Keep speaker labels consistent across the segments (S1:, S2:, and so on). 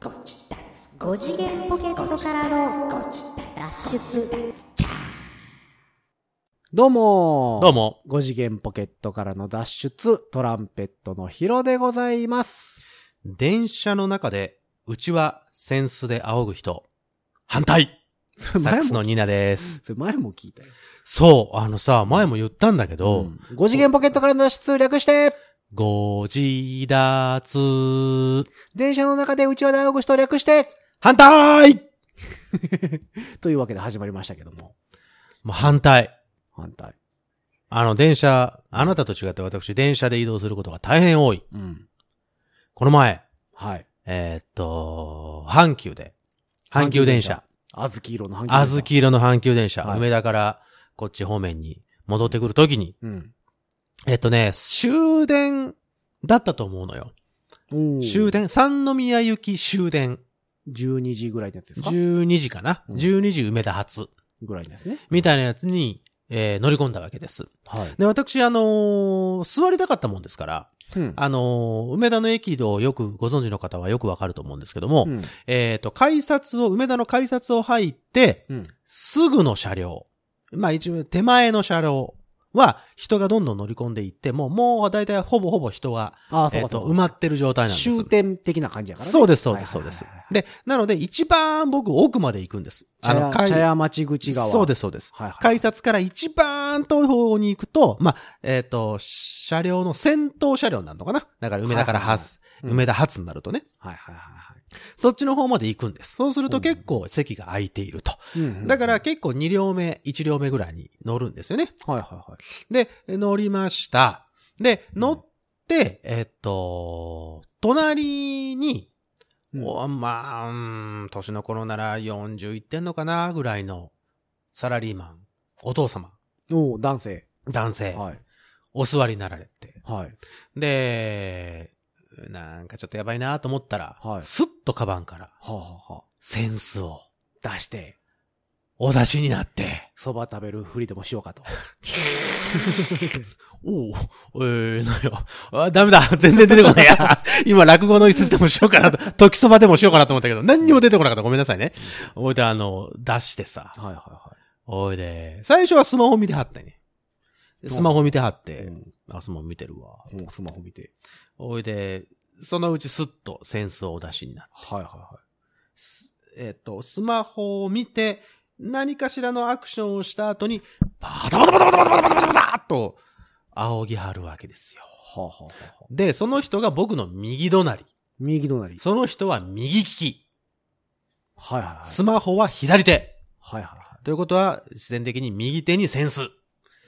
S1: 5次元ポケットからの脱出
S2: どうもー
S3: どうも、
S2: 5次元ポケットからの脱出、トランペットのヒロでございます。
S3: 電車の中で、うちはセンスで仰ぐ人、反対
S2: それ
S3: サ
S2: 前
S3: ック
S2: も
S3: スのニナです。
S2: それ前も聞いたよ。
S3: そう、あのさ、前も言ったんだけど、
S2: 5次元ポケットからの脱出略して、
S3: ご自立、
S2: 電車の中でうちわでごしと略して、
S3: 反対
S2: というわけで始まりましたけども。
S3: もう反対。
S2: 反対。
S3: あの、電車、あなたと違って私、電車で移動することが大変多い。
S2: うん。
S3: この前、
S2: はい。
S3: えーっと、阪急で、阪急電車、
S2: あずき色の半
S3: 小豆色の阪急電車、
S2: はい
S3: 梅田からこっち方面に戻ってくるときに、
S2: うん。
S3: えっとね、終電だったと思うのよ。
S2: おー
S3: 終。電、三宮行き終電、
S2: 12時ぐらいのやつですか
S3: 12時かな、
S2: うん
S3: ?12 時梅田発、
S2: ぐらいですね。
S3: みたいなやつに、えー乗り込んだわけです。
S2: はい。
S3: で、私、あのー座りたかったもんですから、
S2: うん。
S3: あのー梅田の駅をよくご存知の方はよくわかると思うんですけども、
S2: うん。
S3: えっ、と、改札を、梅田の改札を入って、
S2: うん。
S3: すぐの車両。まあ一応手前の車両は人がどんどん乗り込んでいって、もう、もう大体ほぼほぼ人が、
S2: ああ、そ
S3: え
S2: う
S3: っ、
S2: かそ
S3: と、
S2: う
S3: 埋
S2: か。
S3: まってる状態なんです。
S2: 終点的な感じやからね。
S3: そうです、そうです、そ
S2: はい
S3: うで
S2: はい
S3: す
S2: はいはい。
S3: で、なので一番僕奥まで行くんです。
S2: 茶屋
S3: 改
S2: 茶屋町口側。。
S3: そうですす、そうです。
S2: はいはい。
S3: 改札から一番遠い方に行くと、まあ、えっ、と、車両の先頭車両になるのかなだから梅田から発、
S2: はいはいはいうん
S3: 梅田発になるとね。
S2: はいはいは
S3: そっちの方まで行くんです。そうすると結構席が空いていると。
S2: いはい。
S3: だから、結構2両目、1両目ぐらいに乗るんですよね。
S2: はいはいはい。
S3: で、乗りました。で、
S2: うん
S3: 乗って、えっと、隣に、
S2: うん
S3: おまあ、うーん年の頃なら40いってんのかな、ぐらいのサラリーマン、お父様、
S2: おう男性。
S3: 男性、
S2: はい。
S3: お座りになられて。
S2: はい。
S3: で、なんかちょっとやばいなと思ったら、
S2: はい
S3: スッとカバンから、
S2: はあ、はあは
S3: センスを、
S2: あ、出して、
S3: お出しになって、
S2: 蕎麦食べるふりでもしようかと。
S3: おお、えー、なんや。あ、ダメだ。全然出て こない。いや今、落語の一節でもしようかなと、時そばでもしようかなと思ったけど、何にも出てこなかった。ごめんなさいね。おいで、あの、出してさ。
S2: はいはいは
S3: おいで、最初はスマホ見てはったね。でスマホ見てはっ
S2: い。
S3: て、あ、スマホ見てるわ。
S2: うん、もうスマホ見て。
S3: おいで、そのうちスッとセンスをお出しになる。
S2: はいはいは
S3: すえっ、と、スマホを見て、何かしらのアクションをした後に、バタバタバタバタバタバタバタバタっと、仰ぎはるわけですよ。
S2: い。はあ、はあはあはあ、
S3: で、その人が僕の右隣。
S2: 右隣。
S3: その人は右利き。
S2: はいはいはい。
S3: スマホは左手。
S2: はいはいは
S3: ということは、自然的に右手にセンス。
S2: い。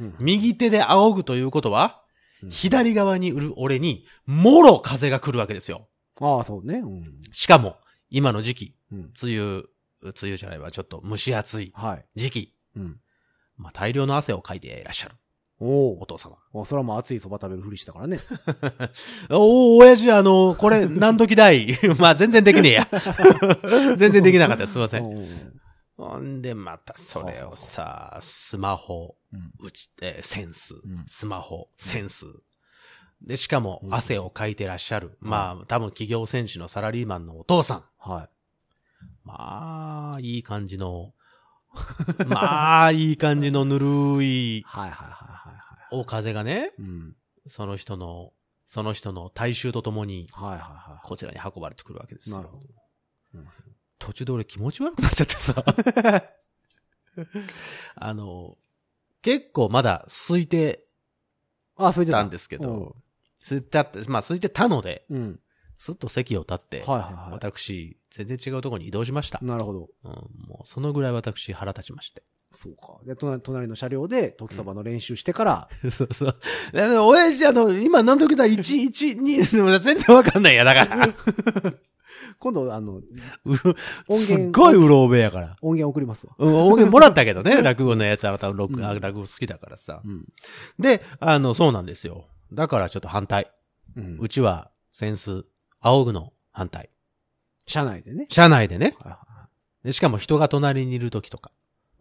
S2: うん
S3: 右手で仰ぐということは
S2: う、ん
S3: 左側にいる俺に、もろ風が来るわけですよ。
S2: ああ、そうね。うん。
S3: しかも、今の時期、
S2: うん。
S3: 梅雨、梅雨じゃないわ、ちょっと蒸し暑い
S2: はい。
S3: 時期。
S2: うん。
S3: まあ、大量の汗をかいていらっしゃる。
S2: お
S3: お父様。
S2: お。それはもう熱い蕎麦食べるふりしたからね。
S3: おお、親父、あの、これ、何時だい まあ、全然できねえや。 全然できなかった。すいません。
S2: おう
S3: ほんで、またそれをさ、スマホ、
S2: うん
S3: うち、えーセンス
S2: ん、
S3: スマホ、センス。で、しかも
S2: う、ん
S3: 汗をかいてらっしゃる。まあ、多分企業戦士のサラリーマンのお父さん。
S2: は
S3: まあ、いい感じ の、まあ、いい感じのぬる
S2: い。
S3: い、
S2: はいはいはいはいは
S3: お風がね、
S2: い。うん。
S3: その人の、その人の体臭とともに、
S2: はいはいは
S3: こちらに運ばれてくるわけですよ。
S2: なるほどうん
S3: 途中で俺気持ち悪くなっちゃってさ。 あの、結構まだ空いて
S2: い。あ、それで。
S3: たんですけど、空いてたって、まあ空いてたので、
S2: うん。
S3: すっと席を立って、
S2: はいはいは
S3: 私、全然違うところに移動しました
S2: い。。なるほど。
S3: うん、もうそのぐらい私腹立ちまして。
S2: そうか。で、隣隣の車両で、時そばの練習してから、
S3: そうそう。あの親父、あの、今何時だ ?1、1、2、でも 全然わかんないや、だから。
S2: 今度、あの、
S3: う
S2: 源
S3: すっごいうろ覚えやから。
S2: 音源送りますわ。
S3: うん音源もらったけどね、落語のやつ、あなた落語
S2: うん
S3: 落語好きだからさ。
S2: うん。
S3: で、あの、そうなんですよ。だからちょっと反対。
S2: うん
S3: う。ちは、センス、仰ぐの反対。
S2: 車内でね。
S3: 車内でね。
S2: はいはいはい
S3: でしかも人が隣にいる時とか。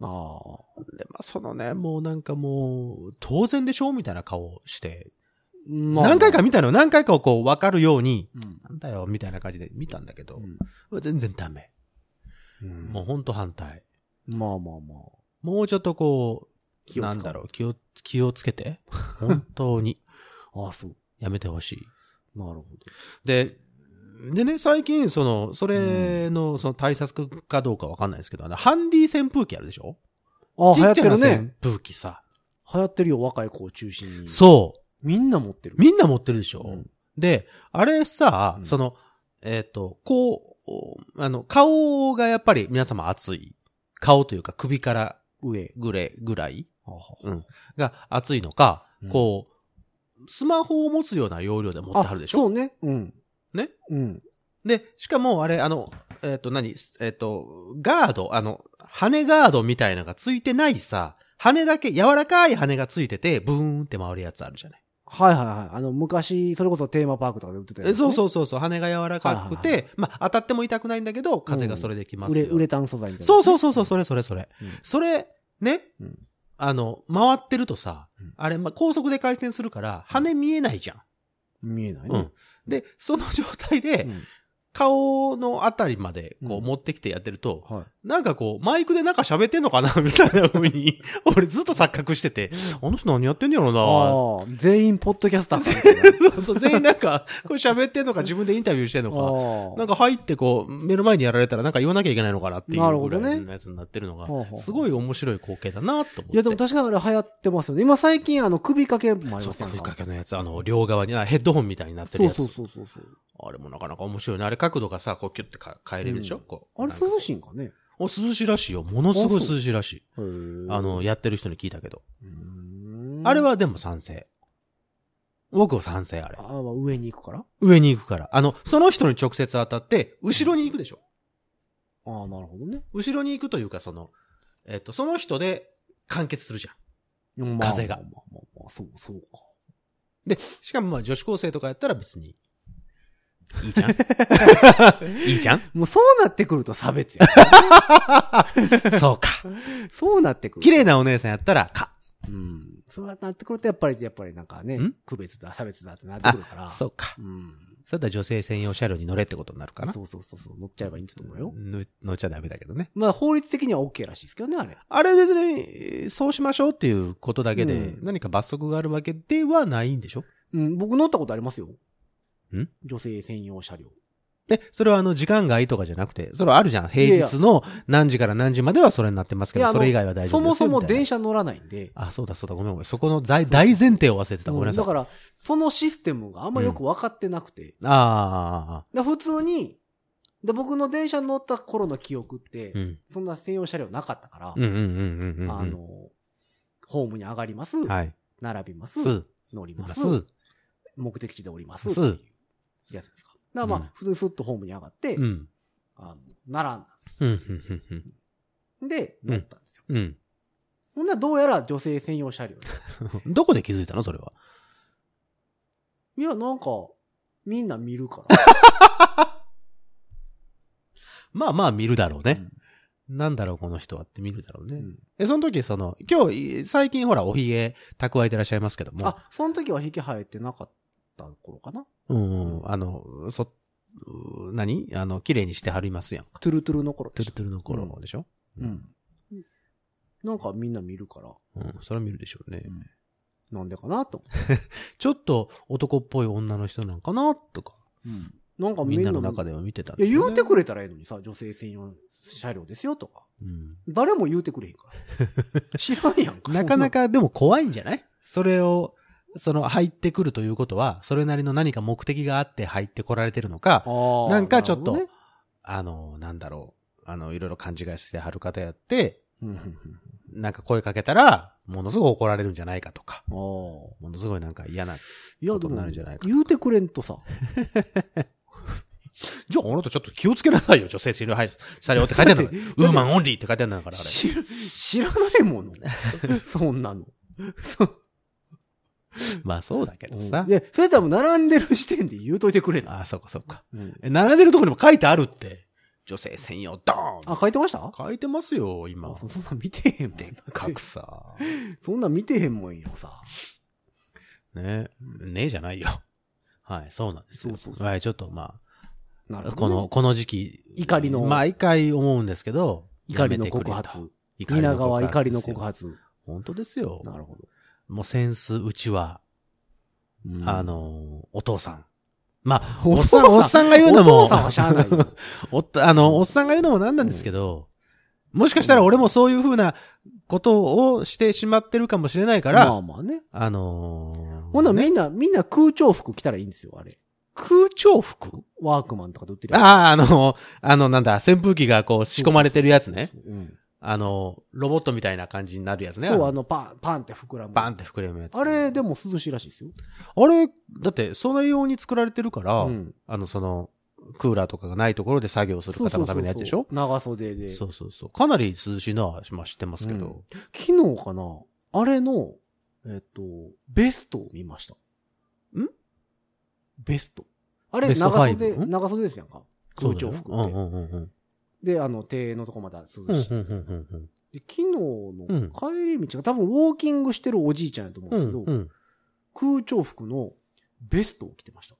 S2: ああ。
S3: で、まあ、そのね、もうなんかもう、当然でしょみたいな顔をして。
S2: まあ
S3: 何回か見たの何回かをこう、わかるように、
S2: うん。
S3: だよ、みたいな感じで見たんだけど、
S2: うん
S3: 全然ダメ。
S2: うん
S3: もうほんと反対。
S2: まあまあまあ。
S3: もうちょっとこ
S2: 気
S3: う、
S2: を使う
S3: なんだろう、気を、気をつけて、本当に
S2: ああ、そう。
S3: やめてほしい。
S2: なるほ
S3: で、でね、最近、その、それの、その対策かどうかわかんないですけど、あの、ハンディ扇風機あるでしょ
S2: ど。ああ、
S3: ち
S2: 流行
S3: っ
S2: っ
S3: ち
S2: て
S3: ゃ
S2: る
S3: な扇
S2: ね。
S3: 風機さ。
S2: 流行ってるよ、若い子を中心に。。
S3: そう
S2: みんな持ってる
S3: う。。みんな持ってるでしょ、
S2: うん
S3: で、あれさ、
S2: うん
S3: その、えっ、と、こう、あの、顔がやっぱり皆様熱い。顔というか首から
S2: 上。
S3: ぐれ、ぐらい
S2: はあはあ
S3: うん。が熱いのか、
S2: うん
S3: こう、スマホを持つような容量で持ってはるでしょ
S2: そうね。うん。
S3: ね
S2: うん。
S3: で、しかも、あれ、あの、えっ、と、何えっ、と、ガード、あの、羽ガードみたいなのがついてないさ、羽だけ、柔らかい羽がついてて、ブーンって回るやつあるじゃない。
S2: はいはいはい。あの、昔、それこそテーマパークとかで売ってたやつ、
S3: えそう
S2: う。
S3: そうそうそう、羽が柔らか
S2: は
S3: く
S2: い
S3: て、まあ、当たっても痛くないんだけど、風がそれできま
S2: ウ
S3: す
S2: レ
S3: よ。
S2: ウレタン素材みたいな。
S3: そうそうそうそう、それそれそれ。
S2: うん
S3: それ、ね、
S2: うん
S3: あの、回ってるとさ
S2: うん、
S3: あれ、まあ、高速で回転するから、羽見えないじゃん。
S2: 見えない
S3: うん。
S2: ね。
S3: で、その状態で、
S2: うん
S3: 顔のあたりまで、こ
S2: う
S3: う、
S2: ん
S3: 持ってきてやってると、
S2: はい。
S3: なんかこう、マイクでなんか喋ってんのかなみたいな風 に、俺ずっと錯覚してて、あの人何やってんのやろな
S2: ああ、全員ポッドキャスターさんみたいな。
S3: そうそう、全員なんか、これ喋ってんのか自分でインタビューしてんのか、
S2: ああ
S3: なんか入ってこう、目の前にやられたらなんか言わなきゃいけないのかなってい
S2: な
S3: う
S2: る
S3: ぐ
S2: ほどね
S3: らいのやつになってるのが
S2: ほうほうほ、う
S3: すごい面白い光景だなと思って。
S2: いや、でも確かにあれ流行ってますよね。今最近、あの、首掛けもあり
S3: そ
S2: ま
S3: う、
S2: せん
S3: 首
S2: か
S3: 掛けのやつ、あの、両側に、あヘッドホンみたいになってる
S2: そう
S3: やつ。
S2: そうそうそうそう。
S3: あれもなかなか面白いね。あれ角度がさ、こうキュッてか変えれるでしょ、
S2: うん
S3: こう。
S2: あれ
S3: なんか
S2: 涼しいんかね
S3: お涼しいらしいよ。ものすごい涼しいらしい。
S2: あ
S3: あ、の、やってる人に聞いたけど。
S2: うーん
S3: あれ、はでも賛成。僕は賛成、あれ
S2: あ。まあ上に行くから
S3: 上に行くから。あの、その人に直接当たって、後ろに行くでしょ。
S2: ああ、なるほどね。
S3: 後ろに行くというか、その、えっと、その人で完結するじゃん。
S2: まあ
S3: 風が
S2: まあまあまあ、そう、そうか。
S3: で、しかもまあ女子高生とかやったら別に。いいじゃん。 いいじゃん。
S2: もうそうなってくると差 別や。
S3: そうか。
S2: そうなってくる。
S3: 綺麗。なお姉さんやったら、か。
S2: うん。そうなってくると、やっぱり、やっぱりなんかね
S3: ん、
S2: 区別だ、差別だってなって
S3: あ
S2: くるから。、
S3: そうか。
S2: うん。
S3: そうだったら女性専用車両に乗れってことになるかな。
S2: そうそうそうそう、乗っちゃえばいいんだと思うよ。
S3: ぬ乗っちゃダメだけどね。
S2: まあ、法律的には OK らしいですけどね、あれ。
S3: あれ別に、えーそうしましょうっていうことだけで、
S2: うん
S3: 何か罰則があるわけではないんでしょ
S2: うん、僕乗ったことありますよ。
S3: ん
S2: 女性専用車両。
S3: で、それはあの、時間外とかじゃなくて、それはあるじゃん。平日の何時から何時まではそれになってますけ
S2: いや
S3: ど、
S2: あ
S3: そ
S2: の
S3: れ以外は大丈
S2: そ
S3: 夫で
S2: も
S3: す
S2: そ
S3: よみたいな。
S2: も電車乗らないんで。
S3: あ、そうだそうだ、ごめんごめん。そこの大大前提を忘れてた。ごめんなさい。
S2: うんだから、そのシステムがあんまよく分かってなくて。
S3: あ
S2: だから普通に、で僕の電車に乗った頃の記憶って、
S3: あ、うん。
S2: そんな専用車両なかったから、
S3: うんうんうんうんうんうん。
S2: あの、ホームに上がります、
S3: はい。
S2: 並びます、
S3: す、
S2: 乗ります、
S3: す、
S2: 目的地で降ります、っ
S3: す
S2: ていうやつですか。だからまあ、
S3: うん
S2: 普通にスッとホームに上がって、
S3: うん。
S2: あの並んだ
S3: うん、うん、うんうん
S2: んです。で、乗ったんですよ。
S3: うん。
S2: ほんならどうやら女性専用車両で。
S3: うん。どこで気づいたのそれは。
S2: いや、なんか、みんな見るから。
S3: まあまあ見るだろうね。
S2: うん
S3: なんだろう、この人はって見るだろうね。
S2: うん
S3: え、その時、その、今日、い最近ほら、おひげ蓄えてらっしゃいますけども。
S2: あ、その時は引き生えてなかった頃かな。
S3: うんうん、あの、そ、うー何あの、綺麗にしてはりますやんか。
S2: トゥルトゥルの頃で
S3: トゥ
S2: し
S3: ル
S2: た
S3: トゥルの頃でしょ
S2: うん。なんかみんな見るから、
S3: うん、それは見るでしょうね。
S2: なんでかなと思って。
S3: ちょっと男っぽい女の人なんかなとか、
S2: なんか
S3: みんなの
S2: 見
S3: 中では見てたん
S2: いや、言うて
S3: れ。
S2: くれたらええのにさ、女性専用車両ですよとか。
S3: うん
S2: 誰も言うてくれへんから。 知らんやんか。
S3: なかなかでも怖いんじゃないそれを、その入ってくるということは、それなりの何か目的があって入ってこられてるのか、
S2: そんな、あー
S3: なんかちょっと
S2: なる
S3: あの、なんだろう、あの、いろいろ勘違いしてはる方やって、
S2: ほどね
S3: なんか声かけたら、ものすごい怒られるんじゃないかとか、
S2: うんうんうんあー
S3: ものすごいなんか嫌な。
S2: いや、
S3: こと
S2: で
S3: に
S2: も
S3: なるんじゃないか
S2: 言うてくれんとさ。
S3: じゃあ、あなたちょっと気をつけなさいよ、女性専用車両って書いてあるの。ウーマンオンリーって書いてあるんだから、あれ。
S2: 知ら知らないも の。そんなの。
S3: まあそうだけどさ
S2: い。や、それ多分並んでる時点で言うといてくれな。
S3: ああ、そうかそうか。
S2: うん
S3: え、並んでるとこにも書いてあるって。女性専用、ドーン
S2: あ、書いてました
S3: 書いてますよ、今
S2: あ。そそんなん見てへんもん。
S3: でっかくさ。
S2: そんなん見てへんもんよ、さ。
S3: ねねえじゃないよ。はい、そうなんですよ。
S2: そうそうそう
S3: はい、ちょっとまあ、
S2: なるほど
S3: こ
S2: ね
S3: の、この時期。
S2: 怒りの
S3: 毎回思うんですけど。
S2: 怒りの
S3: やめてく
S2: 告
S3: れと
S2: 発。。
S3: 怒りの
S2: 蜷
S3: 告
S2: 川
S3: 発
S2: 怒りの告
S3: ですよ。
S2: 発。
S3: 本当ですよ。
S2: なるほど。
S3: もうセンス、うちは、
S2: うん
S3: あ、の、お父さん。まあ、
S2: お
S3: お
S2: 父
S3: っ
S2: さ
S3: さ
S2: ん
S3: ん、おっさんが言うのも、
S2: お父さんはしゃあないよ
S3: おっあの、おっさんが言うのもなんなんですけど、もしかしたら俺もそういうふうなことをしてしまってるかもしれないから、
S2: まあまあね。
S3: あのー
S2: ほな、
S3: ね
S2: みんな、みんな空調服着たらいいんですよ、あれ。
S3: 空調服
S2: ワークマンとかで売ってるやつ。
S3: ああ、あの、あの、なんだ、扇風機がこう仕込まれてるやつね。
S2: うん。
S3: あの、ロボットみたいな感じになるやつね。
S2: そう、あ
S3: あの、
S2: の、パン、パンって膨らむ。
S3: バンって膨れるやつ。
S2: あれ、でも涼しいらしいですよ。
S3: あれ、だって、それ用に作られてるから、
S2: うん。
S3: あの、その、クーラーとかがないところで作業する方のためのやつでしょ
S2: そうそうそう長袖で。
S3: そうそうそう。かなり涼しいのは、まあ、知ってますけど。
S2: 昨日かなあれの、えっと、ベストを見ました。
S3: ん
S2: ベスト。あれ、
S3: ベスト
S2: 長袖、
S3: 5ん
S2: 長袖ですやんか。空調服
S3: そう
S2: っ
S3: だ
S2: て
S3: ようんうんうん
S2: で、あの、庭園のとこまで涼しい。
S3: うん。うんうんうんうん
S2: で、昨日の帰り道が多分ウォーキングしてるおじいちゃんやと思うん
S3: う
S2: ですけど、
S3: んうん。
S2: 空調服のベストを着てました。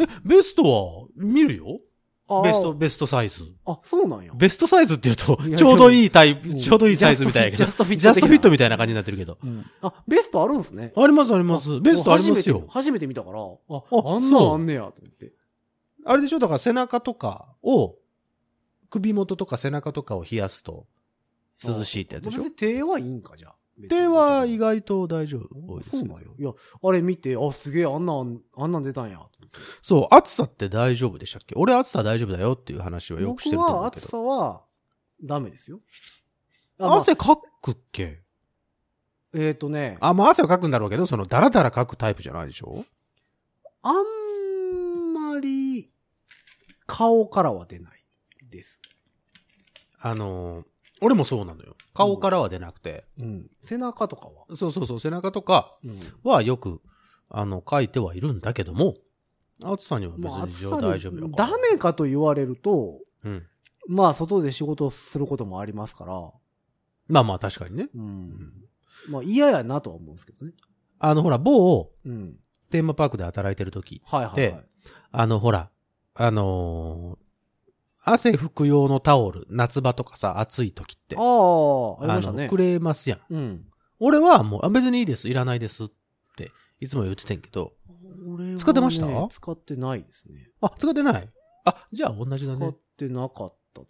S3: え、ベストは、見るよ
S2: あー
S3: ベスト、。ベストサイズ。
S2: あ、そうなんや。
S3: ベストサイズって言うと
S2: い、や
S3: ちょうどいいタイ
S2: うん
S3: プ、ちょうどいいサイズみたいな。
S2: ジ
S3: ジ
S2: ャ
S3: ャ
S2: ストフィット。
S3: ストフィットみ
S2: たい
S3: たいな感じになってるけど。
S2: な。うんあ、ベストあるんすね。
S3: ありますあります。ベストありますよ。
S2: 初めて初めて見たから、あ、
S3: あ
S2: あんなん
S3: そう
S2: あんねや、と思って。
S3: あれでしょだから背中とかを、首元とか背中とかを冷やすと、涼しいってやつでしょ
S2: 別に手はいいんか、じゃあ。
S3: 手は意
S2: 外
S3: 外と大丈夫。多いです
S2: そうなんよ。いや、あれ見て、あ、すげえ、あんなん、あんなん出たんや。
S3: そう、暑さって大丈夫でしたっけ俺暑さ大丈夫だよっていう話はよく
S2: 僕
S3: してると思
S2: は
S3: うけ
S2: 暑
S3: ど。
S2: さは、ダメですよ。あまあ
S3: 汗かくっけ
S2: えっとね、
S3: あ、まあ汗はかくんだろうけど、そのダラダラかくタイプじゃないでしょ
S2: あんまり、顔からは出ないです。
S3: あのー、俺もそうなのよ。顔からは出なくて。
S2: うん。背中とかは。
S3: そうそうそう、背中とか
S2: うん。
S3: はよく、あの、書いてはいるんだけども、暑さには別
S2: まあ、
S3: に
S2: 暑
S3: 異常
S2: さ
S3: 大丈夫よ
S2: に、。ダメかと言われると、
S3: うん。
S2: まあ、外で仕事をすることもありますから、
S3: まあまあ確かにね。
S2: う。
S3: うんん
S2: まあ、嫌やなとは思うんですけどね。
S3: あの、ほら、某
S2: うん。
S3: テーマパークで働いてる時
S2: はいはい、は
S3: で
S2: い。
S3: あの、ほら、あのー汗拭く用のタオル、夏場とかさ、暑い時って。
S2: ああ、ありました
S3: あ
S2: ね
S3: のく。れますやん。
S2: うん。
S3: 俺はもう、あ別にいいです、いらないですって、いつも言っててんけど、
S2: 俺はね
S3: 使ってました
S2: 使ってないですね。
S3: あ、使ってないあ、じゃあ同じだ
S2: 使
S3: ね
S2: っ。てなかったと思う。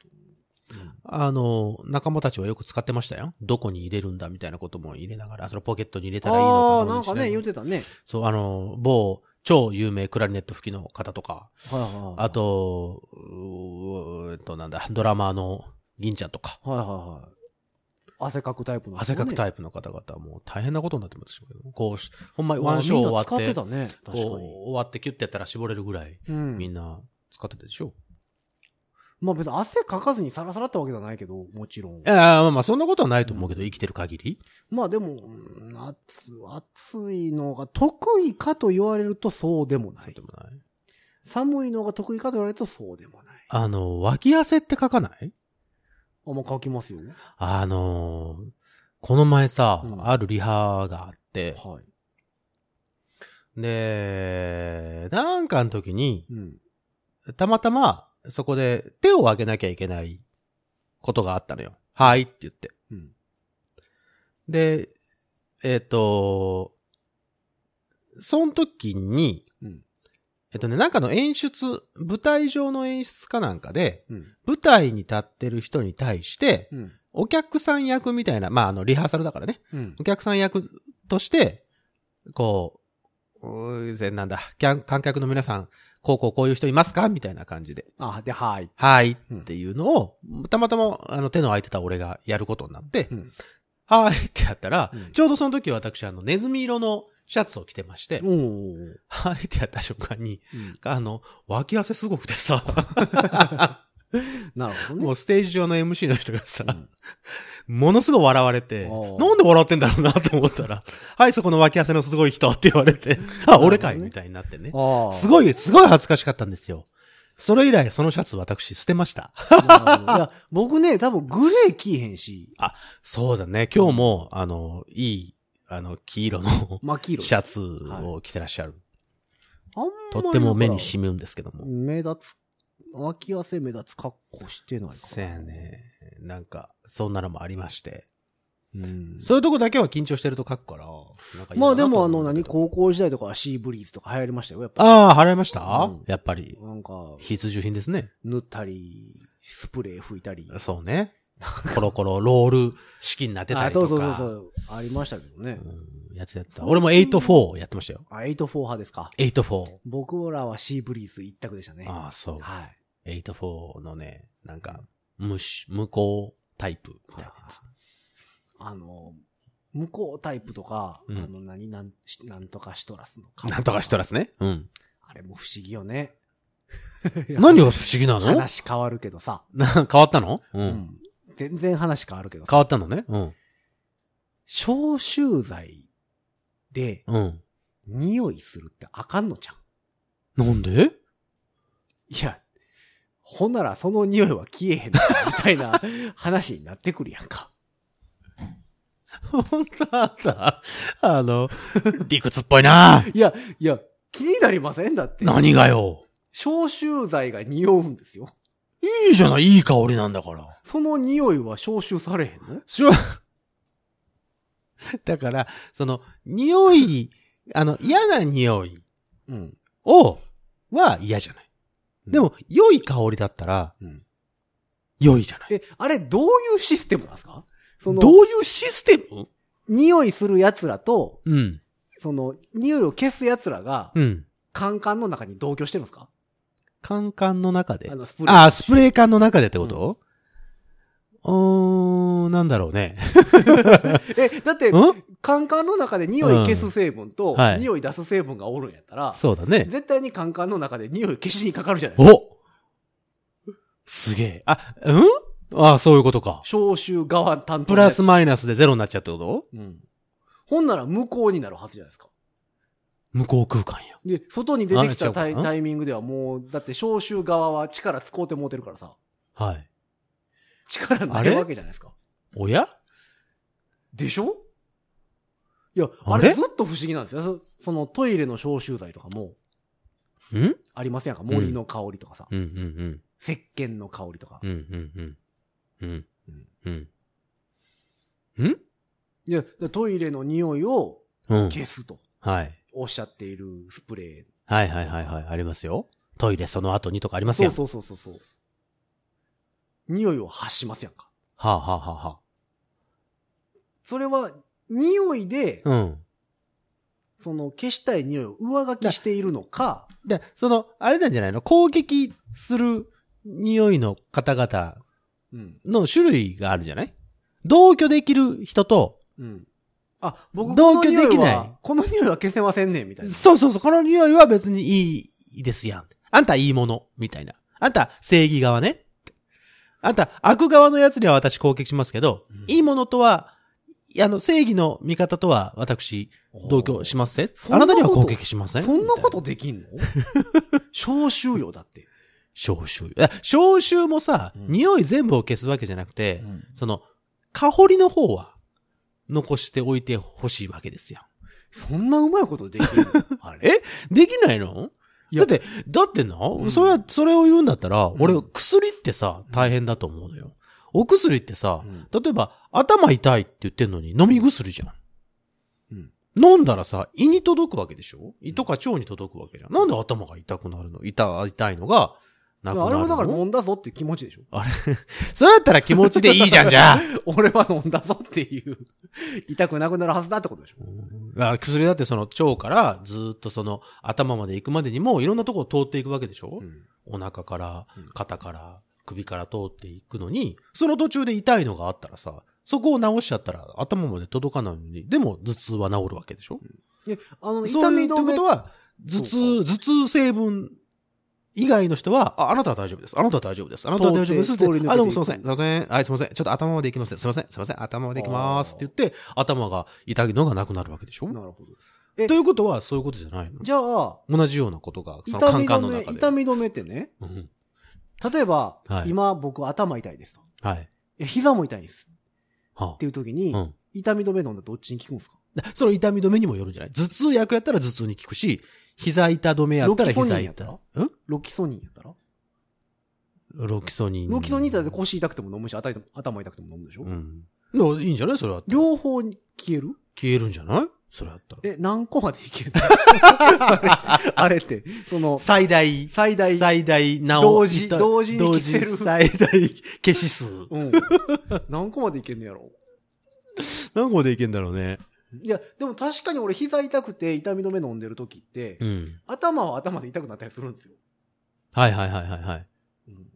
S3: あの、仲間たちはよく使ってましたよ。どこに入れるんだみたいなことも入れながら、そのポケットに入れたらいいの
S2: ああ
S3: か
S2: ー、
S3: どう
S2: な
S3: に
S2: ん
S3: しな
S2: か
S3: いの
S2: ね、言ってたね。
S3: そう、あの、某超有名クラリネット吹きの方とか、
S2: はいはいはい。
S3: あ、と、うーえっと、なんだ、ドラマーの銀ちゃんとか、
S2: はいはいはい。汗かくタイプの、
S3: 汗かく
S2: イ
S3: タイプの方々はもう大変なことになってますけど、こうし、ほんま
S2: プ
S3: にワンショー終わっ
S2: 使って
S3: て、
S2: たね。確
S3: こう
S2: かに。
S3: 終わってキュッてやったら絞れるぐらい、
S2: うん
S3: みんな使ってたでしょ。
S2: まあ別に汗かかずにサラサラってわけじゃないけど、もちろん
S3: い。やまあまあ、そんなことはないと思うけど、生きてる限り。
S2: まあでも、うん夏、暑いのが得意かと言われるとそうでもな
S3: そう
S2: い
S3: で。もない。
S2: 寒いのが得意かと言われるとそうでもない。
S3: あの、脇汗って書かない
S2: あ、もう書きますよ。
S3: あのーこの前さ、
S2: うん
S3: あるリハがあって、
S2: は
S3: で、なんかの時に、
S2: い。うん。
S3: たまたま、そこで手を挙げなきゃいけないことがあったのよ。はいって言って。
S2: うん。
S3: で、えっ、と、その時に、
S2: うん
S3: えっとね、なんかの演出、舞台上の演出かなんかで、
S2: うん。
S3: 舞台に立ってる人に対して、
S2: うん。
S3: お客さん役みたいな、まあ、あの、リハーサルだからね。
S2: うん
S3: お。客さん役として、こう、うーなんだ、キャン観客の皆さん、こうこうこういう人いますかみたいな感じで、
S2: あ、で、はい。
S3: はいっていうのを、たまたまあの手の空いてた俺がやることになって、
S2: うん
S3: はいってやったら、
S2: うん
S3: ちょうどその時私、あの、ネズミ色のシャツを着てまして、
S2: おー
S3: はいってやった瞬間に、
S2: うん
S3: あの、脇汗すごくてさ、
S2: なるほどね。
S3: もうステージ上の MC の人がさ、
S2: うん
S3: ものすごい笑われて、
S2: おう
S3: なんで笑ってんだろうなと思ったら、はい、そこの脇汗のすごい人って言われて、あ、俺か い、
S2: なるほどね
S3: みたいになってね。
S2: ああ。
S3: すごい、すごい恥ずかしかったんですよ。それ以来、そのシャツ私捨てました。
S2: なるほどいや、僕ね、多分グレー着いへんし、
S3: そうだね、今日も、あの、いい、あの、黄色の
S2: 真黄色です。
S3: シャツを着てらっしゃる。
S2: あんまりだから
S3: とっても目に染みるんですけども。
S2: 目立つ。脇汗目立つ格好してないか。
S3: せやね。なんか、そんなのもありまして。
S2: うん。
S3: そういうとこだけは緊張してると書くから。なんかいいなと思う
S2: まあでもあの
S3: んだ
S2: 何、
S3: けど
S2: 高校時代とかはシーブリーズとか流行りましたよ、やっぱ。
S3: ああ、払いました、
S2: うん
S3: やっぱり。
S2: なんか、
S3: 必需品ですね。
S2: 塗ったり、スプレー拭いたり。
S3: そうね。コロコロロール式になってた
S2: あ
S3: りとか。
S2: そうそうそうそう。ありましたけどね。
S3: うんやってたやってた。俺も8-4やってましたよ。
S2: あ、8-4派ですか。
S3: 8-4。
S2: 僕らはシーブリーズ一択でしたね。
S3: ああ、そう。
S2: はい。
S3: 8-4のね、なんか、無視、無効タイプみたいなやつ。
S2: あの、向こうタイプとか、
S3: うん
S2: あの何、なん、しなんとかシトラスの顔
S3: なんとかしたらすね。うん。
S2: あれも不思議よね。
S3: 何が不思議な の
S2: 話変わるけどさ。
S3: な 変わったのう。
S2: うんん全然話変わるけどさ。
S3: 変わったのね。うん。
S2: 消臭剤で
S3: うん。
S2: 匂いするってあかんのじゃん。
S3: な んで
S2: いや、ほんならその匂いは消えへんのかみたいな話になってくるやんか。
S3: 本当あった。あの、理屈っぽい な。
S2: いや、いや、気になりませんだって。
S3: 何がよ。
S2: 消臭剤が匂うんですよ。
S3: いいじゃない、いい香りなんだから。
S2: その匂いは消臭されへんの
S3: しょ、だから、その、匂い、あの、嫌な匂い
S2: うん。
S3: を、は嫌じゃない。でも、良い香りだったら、
S2: うん
S3: 良いじゃない。
S2: え、あれどういうシステムなんですかその、
S3: どういうシステム
S2: 匂いする奴らと、
S3: うん。
S2: その、匂いを消す奴らが、
S3: うん。
S2: カンカンの中に同居してるんですか
S3: カンカンの中で
S2: あ。の、スプレー。
S3: ああ、スプレー缶の中でってこと、うーん、なんだろう ね。
S2: え、だって
S3: う、ん
S2: カンカンの中で匂い消す成分と
S3: うんは、い
S2: 匂い出す成分がおるんやったら、
S3: そうだね。
S2: 絶対にカンカンの中で匂い消しにかかるじゃないですか。
S3: おすげえ。あ、うんああ、そういうことか。
S2: 消臭側担当
S3: プ
S2: のや
S3: ラ
S2: つ
S3: スマイナスでゼロになっちゃうってこと
S2: うん。ほんなら無効になるはずじゃないですか。
S3: 無効空間や。
S2: で、外に出てき
S3: あ違
S2: た
S3: うか
S2: タイ
S3: うん
S2: タイミングではもう、だって消臭側は力使うてもうてるからさ、
S3: はい。
S2: 力な
S3: あ
S2: い
S3: れ
S2: わけじゃないですか。
S3: おや
S2: でしょいや、
S3: あ
S2: あ
S3: れ
S2: れずっと不思議なんですよ。そそのトイレの消臭剤とかも
S3: んうん
S2: ありませんか森の香りとかさ、
S3: うんうん。
S2: 石鹸の香りとか。
S3: うんうんうん。うん。うん。
S2: いや、トイレの匂いを
S3: うん。
S2: 消すと
S3: はい。
S2: おっしゃっているスプレ
S3: はいはいはいはい。ありますよ。トイレその後にとかあり
S2: ー。
S3: ます
S2: そ
S3: や。
S2: うんそうそうそうそう。匂いを発しますやんか。
S3: はあ、はあはあは
S2: それは、匂いで、
S3: あ、うん。
S2: その消したい匂いを上書きしているのか、
S3: で、その、あれなんじゃないの攻撃する匂いの方々
S2: うん。
S3: の種類があるじゃない同居できる人と、
S2: うん。あ、僕
S3: 同
S2: こ
S3: 居
S2: の匂
S3: でき
S2: い
S3: ない
S2: は、この匂いは消せませんね、みた いな。
S3: そうそうそう、この匂いは別にいいですやん。あんたいいもの、みたいな。あんた正義側ね。ってあんた悪側のやつには私攻撃しますけど、
S2: うん
S3: いいものとは、いやあの、正義の味方とは私同居しますね。
S2: そん
S3: あ
S2: な
S3: なたには
S2: こと
S3: 攻撃しません。
S2: そんなこと
S3: みた
S2: で
S3: い
S2: きん の消臭よ、だって。
S3: 消臭。いや消臭もさ、
S2: うん
S3: 匂い全部を消すわけじゃなくて、その、香りの方は残しておいてほしいわけですよ。
S2: そんなうまいことでき るのあれ
S3: えできないの
S2: い
S3: だ
S2: や
S3: って、だってな、
S2: ん
S3: それは、それを言うんだったら、
S2: ん
S3: 俺、薬ってさ、大変だと思うのよ。お薬ってさ、
S2: うん
S3: 例えば、頭痛いって言ってんのに、飲み薬じゃん。
S2: うん
S3: 飲んだらさ、胃に届くわけでしょ胃とか腸に届くわけじゃん。なんで頭が痛くなるの痛、痛いのが、なくなるの
S2: あれもだから飲んだぞっていう気持ちでしょ
S3: そうやったら気持ちでいいじゃん、じゃあ。
S2: 俺は飲んだぞっていう、痛くなくなるはずだってことでしょ
S3: あ薬だってその腸からずーっとその頭まで行くまでにもいろんなとこを通っていくわけでしょ、お腹から
S2: うん、
S3: 肩から、首から通っていくのに、その途中で痛いのがあったらさ、そこを直しちゃったら頭まで届かないのに、でも頭痛は治るわけでしょ
S2: であの、
S3: そ
S2: 痛
S3: ういう
S2: み
S3: って
S2: 止
S3: こ
S2: め
S3: と、は、頭
S2: そ
S3: 痛、頭痛成分以外の人は、あ、あなたは大丈夫です。あなたは大丈夫です。あなたは大丈夫ですって
S2: 通って通り抜けていく
S3: あ、どうもすいません。すいません。はい、すいません。ちょっと頭まで行きますね。すいません。すいません。頭まで行きます。って言って、頭が痛いのがなくなるわけでしょ
S2: なるほど。え
S3: ということは、そういうことじゃないの
S2: じゃあ、
S3: 同じようなことが、その
S2: 痛
S3: カン
S2: み
S3: カンの
S2: 止め、
S3: 中で。
S2: 痛み止めってね、
S3: うん
S2: 例えば、
S3: はい
S2: 今僕頭痛いですと。
S3: はい。
S2: え膝も痛いです
S3: は
S2: っていう時に、
S3: あうん。
S2: 痛み止め飲んだらどっちに効くんですか
S3: その痛み止めにもよるんじゃない頭痛薬やったら頭痛に効くし、膝痛止めやったら膝
S2: ロキソニンやっ
S3: 痛。
S2: たら
S3: うん
S2: ロキソニンやったら
S3: ロキソニン。
S2: ロキソニンだって腰痛くても飲むし、頭痛頭痛くても飲むでしょ、
S3: うん。でもいいんじゃないそれは。
S2: 両方に消える
S3: 消えるんじゃないそれあったら。
S2: え、何個までいける あれ あれって、その、
S3: 最大。
S2: 最大。
S3: 最大、なお。
S2: 同時
S3: いた
S2: 同時に
S3: 同
S2: 消
S3: 時
S2: せる
S3: 最大、消し数。
S2: うん。何個までいけんのやろ
S3: 何個でいけんだろうね。
S2: いや、でも確かに俺膝痛くて痛み止め飲んでる時って、
S3: うん。
S2: 頭は頭で痛くなったりするんですよ。
S3: はいはいはいはいはい。
S2: うん。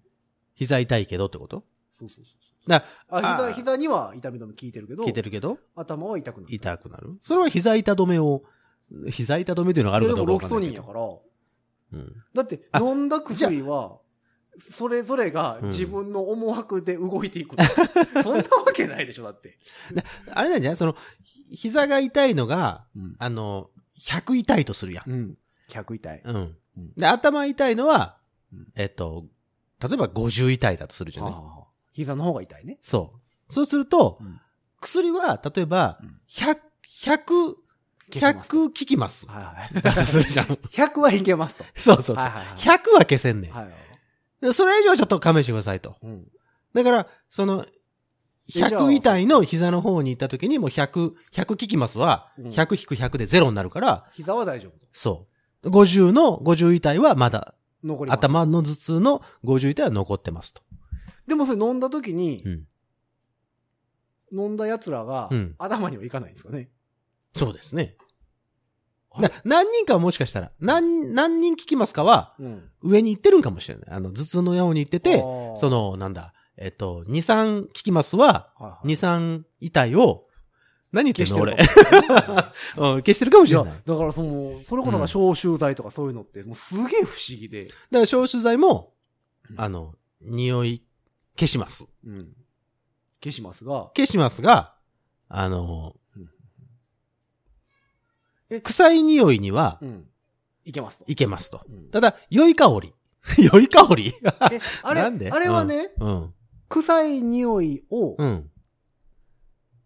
S3: 膝痛いけどってこと
S2: そうそうそう。
S3: だ
S2: あ
S3: あ
S2: 膝、膝には痛み止め効いてるけど、
S3: 聞いてるけど
S2: 頭は痛くなる。
S3: 痛くなるそれは膝痛止めを、膝痛止めっていうのがある
S2: いや
S3: かど
S2: で
S3: う
S2: もロキ
S3: かわかん
S2: ソ
S3: な
S2: ニ
S3: い
S2: ン
S3: け
S2: やか
S3: ど。
S2: ら。
S3: うん。
S2: だって、
S3: あ
S2: 飲んだ薬は、それぞれが
S3: うん
S2: 自分の思惑で動いていくの。 そんなわけないでしょ、だって。
S3: あれなんじゃないその、ひ膝が痛いのが、
S2: うん。
S3: あの、100痛いとするやん。
S2: うん。100痛い。
S3: うん
S2: うん。
S3: で、頭痛いのは
S2: うん、
S3: えっと、例えば50痛いだとするじゃない
S2: ああ膝の方が痛いね。
S3: そう。そうすると
S2: うん、
S3: 薬は、例えば
S2: うん、
S3: 100、100、100効きます。
S2: はいはい。
S3: だとするじゃん。
S2: 100はいけますと。
S3: そうそうそう。
S2: はい
S3: 100
S2: はいはい
S3: は消せんねん。
S2: はいはい。
S3: でそれ以上ちょっと勘弁してくださいと。
S2: うん。
S3: だから、その、
S2: じゃあ
S3: 100以体の膝の方に行った時にもう100、100効きますは、
S2: うん
S3: 100引く100で0になるから、
S2: 膝は大丈夫と。
S3: そう。50の、50以体はまだ、
S2: 残ります。
S3: 頭の頭痛の50以体は残ってますと。
S2: でもそれ飲んだ時に
S3: う、ん。
S2: 飲んだ奴らが
S3: うん、
S2: 頭にはいかないんですかね。
S3: そうですね。
S2: あれ
S3: な何人かはもしかしたら、何、何人効きますかは、
S2: うん。
S3: 上に行ってるんかもしれない。あの、頭痛のように行ってて
S2: あ、ー
S3: そ、の、なんだ、えっと、2、3効きますは、
S2: はいはい
S3: 2、3遺体を、何言ってん
S2: 消し
S3: の
S2: て
S3: 俺
S2: る。かも
S3: うん消してるかもし
S2: い
S3: れ
S2: や、
S3: ない。
S2: だからその、それこそが消臭剤とかそういうのって、もうすげえ不思議で。
S3: だから消臭剤も
S2: う、ん
S3: あの、匂い消します。
S2: うん。消しますが、
S3: 消しますが、あの
S2: うん、え
S3: 臭い匂いには
S2: うん。いけますと。
S3: いけますと。
S2: うん
S3: ただ、良い香り。 良い香り
S2: え、あれ、
S3: なんで
S2: あれはね、
S3: うん。
S2: 臭い匂いを
S3: うん。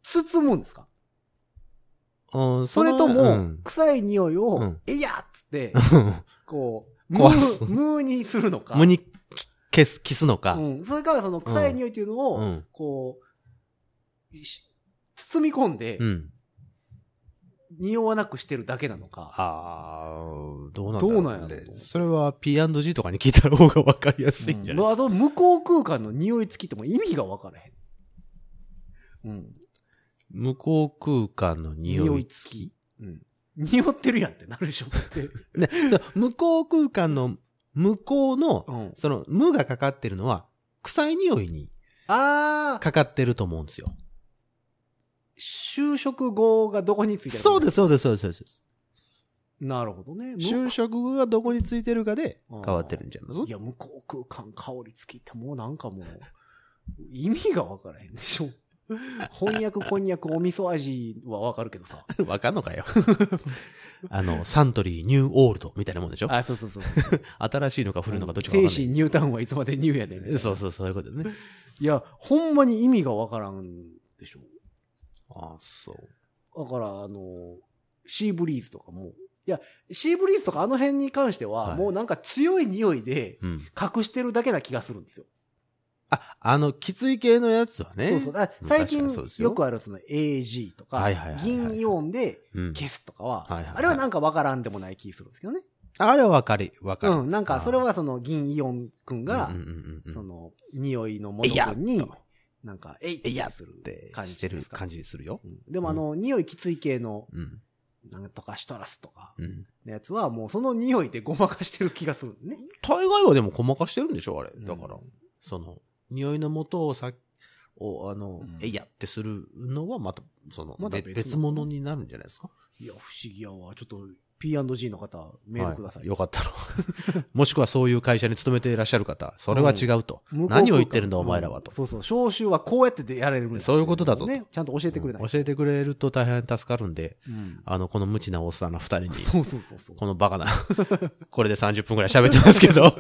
S2: 包むんですか、
S3: うん
S2: それとも、
S3: うん
S2: 臭い匂いを、
S3: うん
S2: えいやっつ って、こう、ム
S3: 壊す
S2: ー、ムーにするのか。
S3: 無に消す、キスのか
S2: う。ん。それからその臭い匂いっていうのを、
S3: うん。
S2: こう、し包み込んで
S3: う、ん。
S2: 匂わなくしてるだけなのか。
S3: あーどうなんだ
S2: ど
S3: ろ
S2: うなんやろ
S3: ねそれは P&G とかに聞いた方がわかりやすいんじゃない
S2: うんあと、向こう空間の匂いつきってもう意味が分からへん。うん。
S3: 向こう空間の匂
S2: 匂
S3: い
S2: い。つき。うん。匂ってるやんってなるでしょだって。
S3: ね、そう向こう空間の向 こうの、
S2: ん。
S3: その、無がかかってるのは、臭い匂いに
S2: あー、
S3: かかってると思うんですよ。
S2: 就職後がどこについてる。
S3: そうですす、そうです、そうです、そうです。
S2: なるほどね。
S3: 就職がどこについてるかで変わってるんじゃない
S2: いや、向こう空間香りつきってもうなんかもう、意味が分からへんでし ょ。翻訳、こんにゃく、お味噌味は分かるけど さ。
S3: わかんのかよ。あの、サントリー、ニューオールドみたいなもんでしょ
S2: あ、そうそうそう。
S3: 新しいのか古いのかどっちかわかん
S2: 精
S3: ない。
S2: 神ニュータウンはいつまでニューやで、ね。
S3: そうそう、そういうことね。
S2: いや、ほんまに意味がわからんでしょ。
S3: あそう。
S2: だから、あの、シーブリーズとかも、いや、シーブリーズとかあの辺に関しては、
S3: はい
S2: もうなんか強い匂いで
S3: うん。
S2: 隠してるだけな気がするんですよ。
S3: あ、あの、きつい系のやつはね。
S2: そうそう。だから最近
S3: 確かにそうですよ
S2: よくあるその AG とか
S3: はいはいはい、はい
S2: 銀イオンで
S3: うん。
S2: 消すとかは、
S3: うんはいはいはい
S2: あれはなんかわからんでもない気するんですけどね。
S3: あれはわかり、わかる。
S2: うん、なんかそれはその銀イオンくんが
S3: うん、うんうんう
S2: そ
S3: ん。
S2: の匂いのものくん
S3: えい
S2: に
S3: やと、
S2: なんか、えいってする
S3: って
S2: 感じ
S3: して
S2: で
S3: る
S2: すか
S3: 感じするよ。
S2: うんでもあの、匂いきつい系の、
S3: うん。
S2: なんとかシトラスとか
S3: うん。
S2: のやつは、もうその匂いでごまかしてる気がするんでね。
S3: 大概はでもごまかしてるんでしょあれ。だから、
S2: うん
S3: その、匂いの元をさ、を、あの、
S2: うん
S3: えいやってするのは、また、その、
S2: また
S3: べ
S2: 別
S3: 別
S2: の
S3: 物になるんじゃないですか
S2: いや、不思議やわ。ちょっと P&G の方、メールください。
S3: はよかったら。 もしくはそういう会社に勤めていらっしゃる方、それは違うと。
S2: 向こう空間
S3: 何を言ってるんだ、お前らはと
S2: うん。そうそう。招集はこうやってでやれるんだ
S3: そういうことだぞ
S2: ね。ちゃんと教えてくれない。
S3: うん教えてくれると大変助かるんで、
S2: うん
S3: あの、この無知なおっさんの二人 に、
S2: そうそうそうそう。
S3: このバカな、 これで30分くらい喋ってますけど、 こ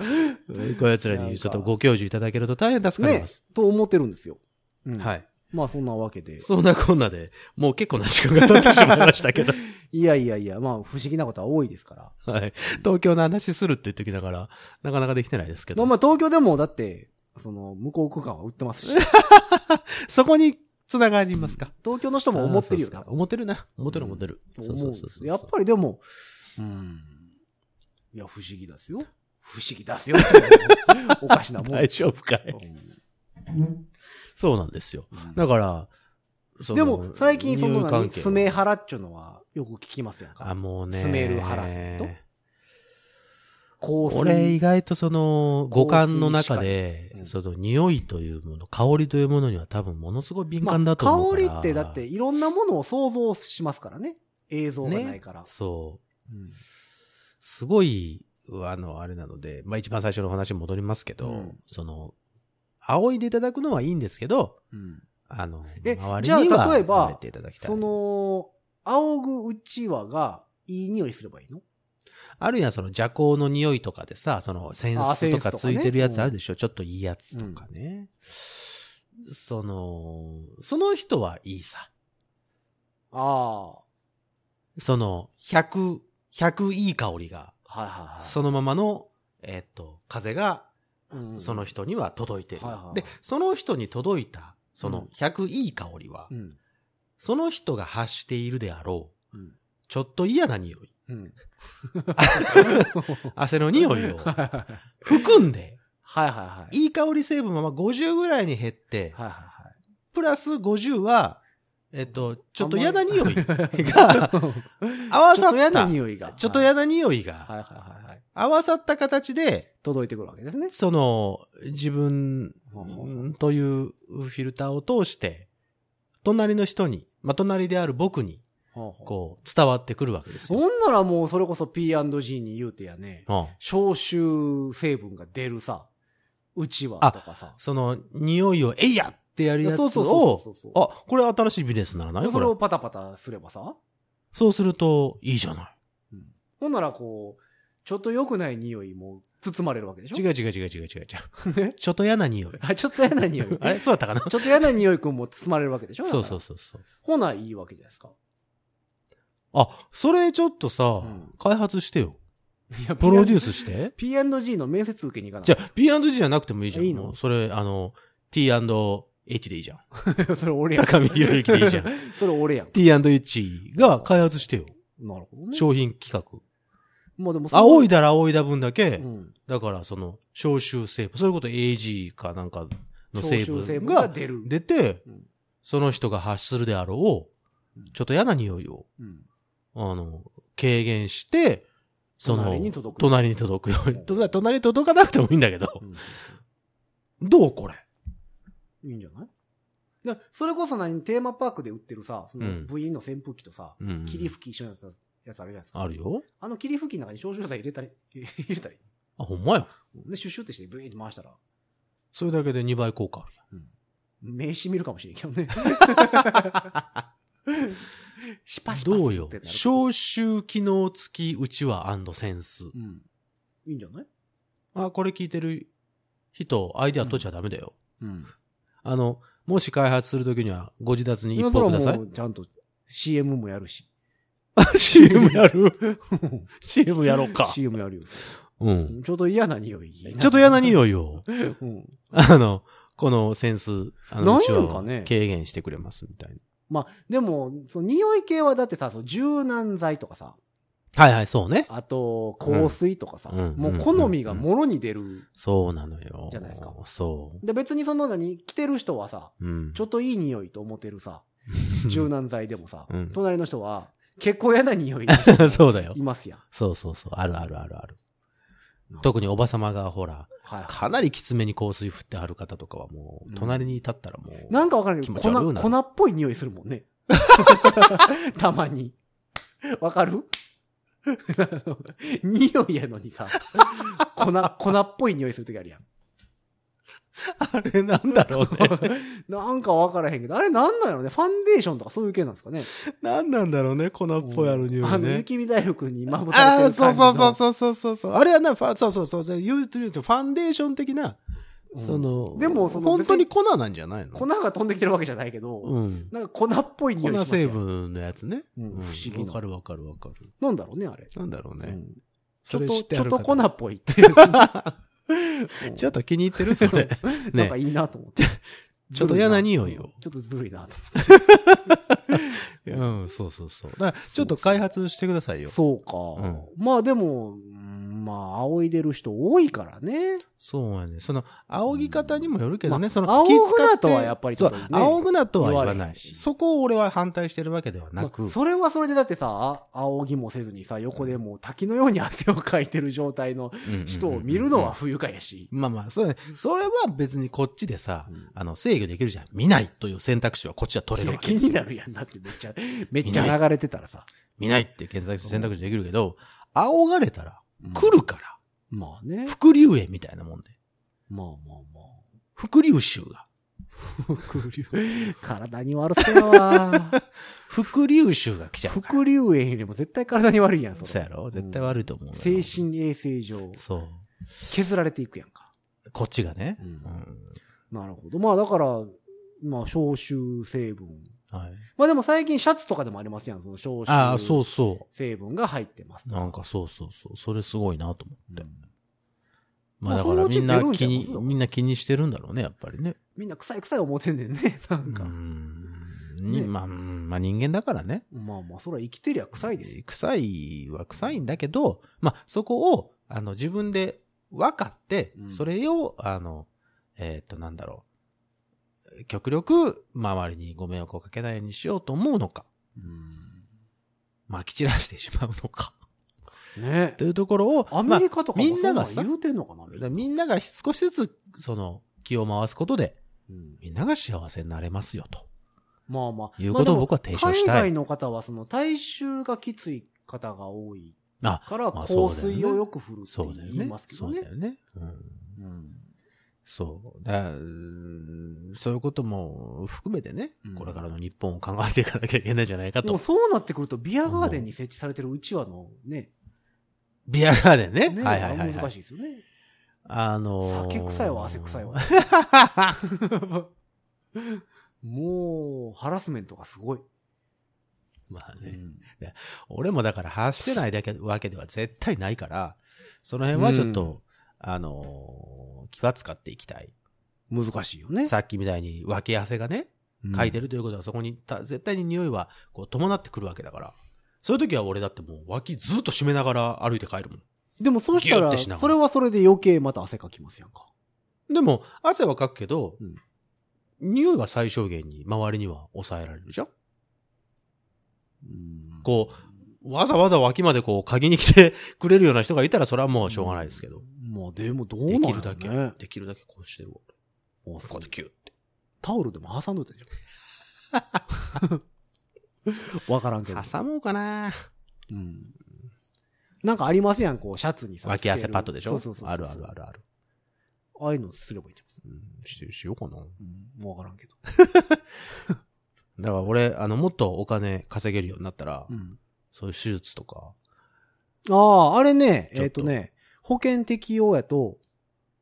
S3: ういうやつらにちょっとご教授いただけると大変助かり
S2: ね
S3: ます。。
S2: と思ってるんですよ。うん
S3: はい。
S2: まあそんなわけで。
S3: そんなこんなで、もう結構な時間が経ってしまいました けど、
S2: いやいやいや、まあ不思議なことは多いですから。
S3: はい。東京の話するって言ってきながら、なかなかできてないですけ
S2: まあ
S3: ど。
S2: まあ東京でもだって、その、向こう区間は売って ますし、
S3: そこに繋がりますか。
S2: 東京の人も思ってるよ
S3: あーそ
S2: な
S3: うっす。か思ってるな。思ってる思ってる。
S2: と思
S3: そう
S2: う
S3: そ
S2: ん
S3: う
S2: で
S3: そう
S2: す
S3: そう。
S2: やっぱりでも、うん。いや、不思議ですよ。不思議ですよ。おかしなもん。
S3: 大丈夫かい。
S2: う
S3: そうなんですよ。
S2: ん
S3: だから、その
S2: でも、最近その
S3: 人間関
S2: 何、
S3: 係
S2: スメハラっちゅうのはよく聞きますやん
S3: あ、
S2: か。
S3: もうね。
S2: スメールハラスメント香水
S3: 俺意外とその五感の中で
S2: 香水しか、ない
S3: その匂いというもの、香りというものには多分ものすごい敏感だと思う
S2: 香
S3: か
S2: り
S3: ら。
S2: ってだっていろんなものを想像しますからね。映像がないから。
S3: そう。
S2: うん
S3: すごい、あの、あれなので、まあ一番最初の話に戻りますけど、
S2: うん
S3: その、仰いでいただくのはいいんですけど、
S2: うん
S3: あの、
S2: え
S3: 周
S2: じゃあ
S3: りには
S2: 例えば
S3: 舐めていただきたい。
S2: その、仰ぐうちわがいい匂いすればいいの
S3: あるいはその邪行の匂いとかでさ、そのセン
S2: あ
S3: ス
S2: セン
S3: と
S2: スとか
S3: か
S2: ね
S3: ついてるやつあるでしょ、ちょっといいやつとかね。その、その人はいいさ。
S2: あ
S3: その、100、100いい香りが、
S2: あ。はいはいはい。
S3: そのままの、えっと、風が、
S2: うん
S3: その人には届いてる
S2: はいはいは。い
S3: で、その人に届いた、そうの
S2: ん
S3: 100いい香りは
S2: う、ん。
S3: その人が発しているであろう
S2: うん、
S3: ちょっと嫌な匂い、
S2: うん。
S3: 汗の匂いを
S2: はいはいはい
S3: 含んで、
S2: はいはい。
S3: いい香り成分はまあ50ぐらいに減って、
S2: はいはいはい。
S3: プラス50は、えっと、ちょっと嫌な匂い が合わ
S2: ちょ
S3: さ
S2: っ
S3: っ
S2: と嫌な
S3: た、
S2: 匂いが。
S3: ちょっと嫌
S2: な。
S3: な匂い
S2: はい
S3: が
S2: はいはいはい。
S3: 合わさった形で、
S2: 届いてくるわけですね。
S3: その自分
S2: ほうほう
S3: というフィルターを通して、隣の人に、まあ、隣である僕に、
S2: こ
S3: こう、伝わってくるわけで
S2: う
S3: す
S2: そ
S3: よ。
S2: んならもうそれこそ P&G に言うてやね、
S3: うん
S2: 消臭成分が出るさ、うちわとかさ。
S3: その匂いを、えいやってやるや
S2: そう
S3: つ
S2: そうそ
S3: を
S2: う、そう。
S3: あ、これ新しいビジネスにならない
S2: そ
S3: こ
S2: れ
S3: れ
S2: を。パタパタすればさ、
S3: そうすると、いいじゃない。
S2: ほんならこう、ちょっと良くない匂いも包まれるわけでしょ
S3: 違う違う違う違う違う違 う。ちょっと嫌な匂い。
S2: あ、ちょっと嫌な匂い。
S3: あれそうだったかな
S2: ちょっと嫌な匂いくんも包まれるわけでしょ
S3: そうそう
S2: う。
S3: そうそう。
S2: ほないいわけじゃないですか。
S3: あ、それちょっとさ、
S2: うん
S3: 開発してよ。
S2: いや
S3: プロデュースして。
S2: P&G の面接受けに行かない。
S3: じゃあ、P&G じゃなくてもいいじゃん。
S2: いいの
S3: もうそれ、あの、T&H でいいじゃん。
S2: あ、 それ俺やん。
S3: 高見博之でいいじゃ ん。
S2: それ俺やん。
S3: T&H が開発してよ。
S2: なるほどね。
S3: 商品企画。
S2: まあでもそれ
S3: 仰いだら仰いだ分だけ、
S2: うん
S3: だからその、消臭成分、それこそ AG かなんかの成
S2: 消臭成
S3: 分
S2: 分が
S3: が
S2: 出る。
S3: 出て
S2: うん、
S3: その人が発するであろう
S2: うん、
S3: ちょっと嫌な匂いを、
S2: うん
S3: あの、軽減して、その、
S2: 隣に届く
S3: 隣に届くように。と隣に届かなくてもいいんだけど。どうこれ
S2: いいんじゃないだそれこそ何テーマパークで売ってるさ、そうの
S3: ん
S2: 部員の扇風機とさ、
S3: うん。
S2: 霧吹き一緒のやつやつあるじゃないですか。
S3: あるよ。
S2: あの霧吹きの中に消臭剤入れたり、 入れたり。
S3: あ、ほんまや。
S2: で、シュッシュってしてブイーンって回したら、
S3: それだけで2倍効果あるやん
S2: 名刺見るかもしれんけど ね。シパシパ
S3: どうよ
S2: って。なる
S3: 消臭機能付きうちわセンス。
S2: うん。いいんじゃない
S3: あ、これ聞いてる人、アイデア取っちゃダメだよ。
S2: うん。
S3: あの、もし開発するときにはご自宅に一
S2: 今そ
S3: 本
S2: ら
S3: ください
S2: も。うちゃんと CM もやるし。
S3: CM や る ?CM やろう か。
S2: CM やるよ。
S3: うん。
S2: ちょっと嫌な匂い。
S3: ちょっと嫌な匂いを、
S2: うん。
S3: あの、このセンス、あ
S2: な
S3: の、
S2: んや
S3: うち
S2: ろ
S3: わ
S2: うか
S3: を
S2: ね
S3: 軽減してくれますみたい
S2: まあ、でも、その匂い系はだってさ、その柔軟剤とかさ、
S3: な。はいはい、そうね。
S2: あと、香水とかさ、
S3: うん
S2: もう好みがもろに出る。
S3: そうなのよ。
S2: じゃないですか
S3: そ
S2: で、別にその何、着てる人はさ、
S3: う。うん。
S2: ちょっといい匂いと思ってるさ、柔軟剤でもさ、
S3: うん
S2: 隣の人は、結構嫌な匂い
S3: そうだよ
S2: い。ますやん。
S3: そうそうそう。あるあるあるある。特におばさまがほら、
S2: はいはい
S3: かなりきつめに香水振ってある方とかはも
S2: う
S3: う、
S2: ん
S3: 隣に立ったらもう、
S2: なんかわからんけ
S3: 気
S2: ど、
S3: 持ち悪いな
S2: 粉、粉っぽい匂いするもん ね。たまに。わかる あの匂いやのにさ、粉、粉っぽい匂いするときあるやん。
S3: あれなんだろうね。
S2: なんかわからへんけど、あれなんなんやろねファンデーションとかそういう系なんですかね
S3: なんなんだろうね、粉っぽいある匂
S2: あの、
S3: いね。
S2: 雪見大福にまぶされて
S3: ああ、
S2: る
S3: そ
S2: 感
S3: う
S2: じ
S3: そうそう
S2: う
S3: そうそうそうそう。あれはな、ファそうそうそうそう、言うと言うと、ファンデーション的な、
S2: うん
S3: その、
S2: でもその
S3: 本当に粉なんじゃないの
S2: 粉が飛んできてるわけじゃないけど、
S3: うん。
S2: なんか粉っぽい匂いし
S3: 粉
S2: ます
S3: 成
S2: やん
S3: 分のやつね。
S2: うん
S3: う
S2: 不
S3: ん
S2: 思議な
S3: わかるわかるわかる。
S2: なんだろうね、あれ。
S3: なんだろうね。
S2: うんち
S3: そ
S2: ょっ
S3: れ
S2: と、
S3: 知って
S2: ち
S3: あ
S2: ょっ
S3: る
S2: と
S3: 方
S2: 粉っぽいっていう。
S3: ちょっと気に入ってるそれ。
S2: なん
S3: ね
S2: か。いいなと思って。
S3: ちょっと嫌な匂いを
S2: ちょっとずるいなと思っ
S3: うん、そうそうそう。だから、ちょっと開発してください
S2: て。
S3: よ。
S2: そうか。
S3: うん
S2: まあでも、うんまあ、仰いでる人多いからね。
S3: そうやね。その、仰ぎ方にもよるけど
S2: まあ
S3: ね、その、
S2: 仰ぐな
S3: 気使って
S2: とはやっぱりち
S3: そ
S2: ょっ
S3: う
S2: とね、
S3: 仰ぐなとは言わ
S2: 言わ
S3: な
S2: れへん
S3: い。
S2: し
S3: そこを俺は反対してるわけではな
S2: ま
S3: く
S2: あ、それはそれでだってさ、あ仰ぎもせずにさ、横でもう滝のように汗をかいてる状態の人を見るのは不愉快やし。
S3: まあまあ、そうだね。それは別にこっちでさ、
S2: うん
S3: あの、制御できるじゃん。見ないという選択肢はこっちは取
S2: い
S3: れる
S2: や、
S3: わけ
S2: 気
S3: です
S2: に
S3: よ。
S2: なるやんだってめっちゃ、めっちゃ流れてたらさ。
S3: 見ないっていう選択肢選択肢できるけど、仰がれたら、
S2: うん
S3: 来るから、
S2: まあね。
S3: 伏流炎みたいなもんで。
S2: まあまあまあ。
S3: 伏流臭が。
S2: 伏流。 体に悪そうやわ。
S3: 伏流臭が来ちゃうから。
S2: 伏流炎よりも絶対体に悪いやん、そ
S3: そう
S2: れ。
S3: やろ絶対悪いと思うよ、
S2: 精神衛生上、
S3: そう。
S2: 削られていくやんか。
S3: こっちがね。
S2: う
S3: うんん。
S2: なるほど。まあだから、まあ消臭成分。
S3: はい。
S2: まあでも最近シャツとかでもありますやん、その消
S3: ああ、そう
S2: 臭
S3: そ
S2: 成分が入ってます
S3: う。
S2: とか。
S3: なんかそうそうそう。それすごいなと思って。
S2: うん
S3: ま
S2: まあ
S3: あだか
S2: その
S3: ら
S2: うち
S3: みんな
S2: 出るんじゃ
S3: 気
S2: ない
S3: に、みんな気にしてるんだろうね、やっぱりね。
S2: みんな臭い臭い思ってんねんね、なんか。
S3: うーんに
S2: ね
S3: まあ、うんまあ人間だからね。
S2: まあまあ、そら生きてりゃ臭いですよ。
S3: 臭いは臭いんだけど、まあそこを、あの自分で分かって
S2: う、ん
S3: それを、あの、えーっとなんだろう。極力、周りにご迷惑をかけないようにしようと思うのか、撒き散らしてしまう のか、
S2: ね
S3: というところを、
S2: ア
S3: ま
S2: メ
S3: あ
S2: リカとか
S3: まあ
S2: も
S3: み
S2: そ
S3: んなん
S2: な
S3: が
S2: ん
S3: さ
S2: 言うてんのかな、
S3: だからみんなが少しずつ、その、気を回すことで、
S2: うん
S3: みんなが幸せになれますよ、と
S2: まあまあ。
S3: いうこと
S2: まあで
S3: を
S2: も
S3: 僕は提唱し
S2: 海
S3: た
S2: 外
S3: い。
S2: の方はその体臭がきつい方が多い
S3: あ、
S2: から
S3: まあそう
S2: 香
S3: だよね
S2: 水をよく振るって
S3: そうだよ
S2: 言い
S3: ね
S2: ます。け
S3: そ
S2: ど
S3: うだ
S2: ね。
S3: よね。うん
S2: うん
S3: そう。だうーんそういうことも含めてね
S2: うん、
S3: これからの日本を考えていかなきゃいけないんじゃないか
S2: でも
S3: と。
S2: そうなってくると、ビアガーデンに設置されてるうちわのね、
S3: ビアガーデンね。
S2: ね
S3: はいはいはいは
S2: 難
S3: い。
S2: しいですよね。
S3: あのー
S2: 酒臭いわ、汗臭いわ。。もう、ハラスメントがすごい。
S3: まあね。俺もだから発してないだけわけでは絶対ないから、その辺はちょっと、あのー気は使っていきたい。
S2: うん難しいよね。
S3: さっきみたいに脇汗がね、かいてるということはそこにた絶対に匂いはこう伴ってくるわけだから。そういう時は俺だってもう脇ずっと締めながら歩いて帰るもん。
S2: でもそうした
S3: ギュッ
S2: ら、
S3: てしながら
S2: それはそれで余計また汗かきますやんか。
S3: でも、汗はかくけど、
S2: うん
S3: 匂いは最小限に周りには抑えられるじゃんこう、わざわざ脇までこう、鍵に来てくれるような人がいたら、それはもうしょうがないですけど。。
S2: まあでもどうな
S3: で
S2: ん
S3: き
S2: や
S3: る
S2: ろ
S3: だけ、
S2: ね
S3: できるだけこうしてるわ。
S2: あ
S3: こ
S2: そう
S3: うでキュッて。
S2: タオルでも挟んどいたじゃ ん。わからんけど。
S3: 挟もうかな
S2: うん。なんかありますやん、こう、シャツにさ。
S3: 脇汗パッドでしょ
S2: そうそうそうそう。
S3: あるあるあるある。
S2: ああいうのすればいいんじゃん。
S3: うん、ししようかな。
S2: うん、もうわからんけど。
S3: だから俺、あの、もっとお金稼げるようになったら、
S2: うん。
S3: そういう手術とか、
S2: ああ、あれね、
S3: ちょ
S2: えっ
S3: っと
S2: とね、保険適用やと、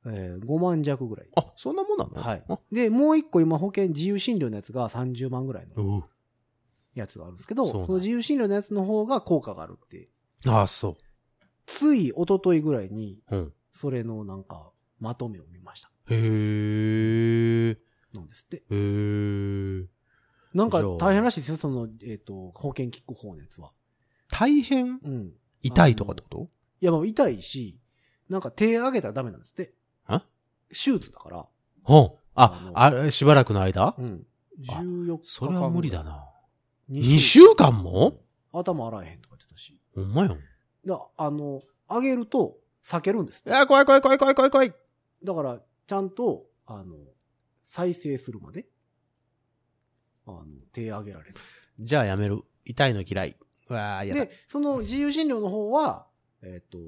S2: えー5万弱ぐらい。
S3: あ、そんなもんなの
S2: はい
S3: あ
S2: で、もう一個今保険自由診療のやつが30万ぐらいの
S3: う
S2: やつがあるんですけど、
S3: そうなん
S2: その
S3: や
S2: 自由診療のやつの方が効果があるって。
S3: あ、そ
S2: つい一昨日ぐらいに、
S3: う。うん。
S2: それのなんか、まとめを見ました。
S3: へー。
S2: なんですって。
S3: へー。
S2: なんか
S3: じゃあ
S2: 大変らしいですよ、その、えっ、と、保険聞く方のやつは。
S3: 大変
S2: うん。
S3: 痛いとかってこと
S2: いや、もう痛いし、なんか手上げたらダメなんですって。
S3: あ
S2: 手術だから。
S3: うん。
S2: あ
S3: あ、
S2: の
S3: あれ、しばらくの間
S2: うん。
S3: あ
S2: 14日間。
S3: それは無理だ。な。
S2: 2
S3: 2週間も
S2: 頭洗えへんとか言ってたし。
S3: ほんまやん。
S2: だあの、上げると避けるんですって。
S3: あ、怖い怖い怖い怖い怖い怖い。
S2: だから、ちゃんと、あの、再生するまで、あの、手上げられる。
S3: じゃあやめる。痛いの嫌い。うわあ、やだ。
S2: で、その自由診療の方は、えっ、と、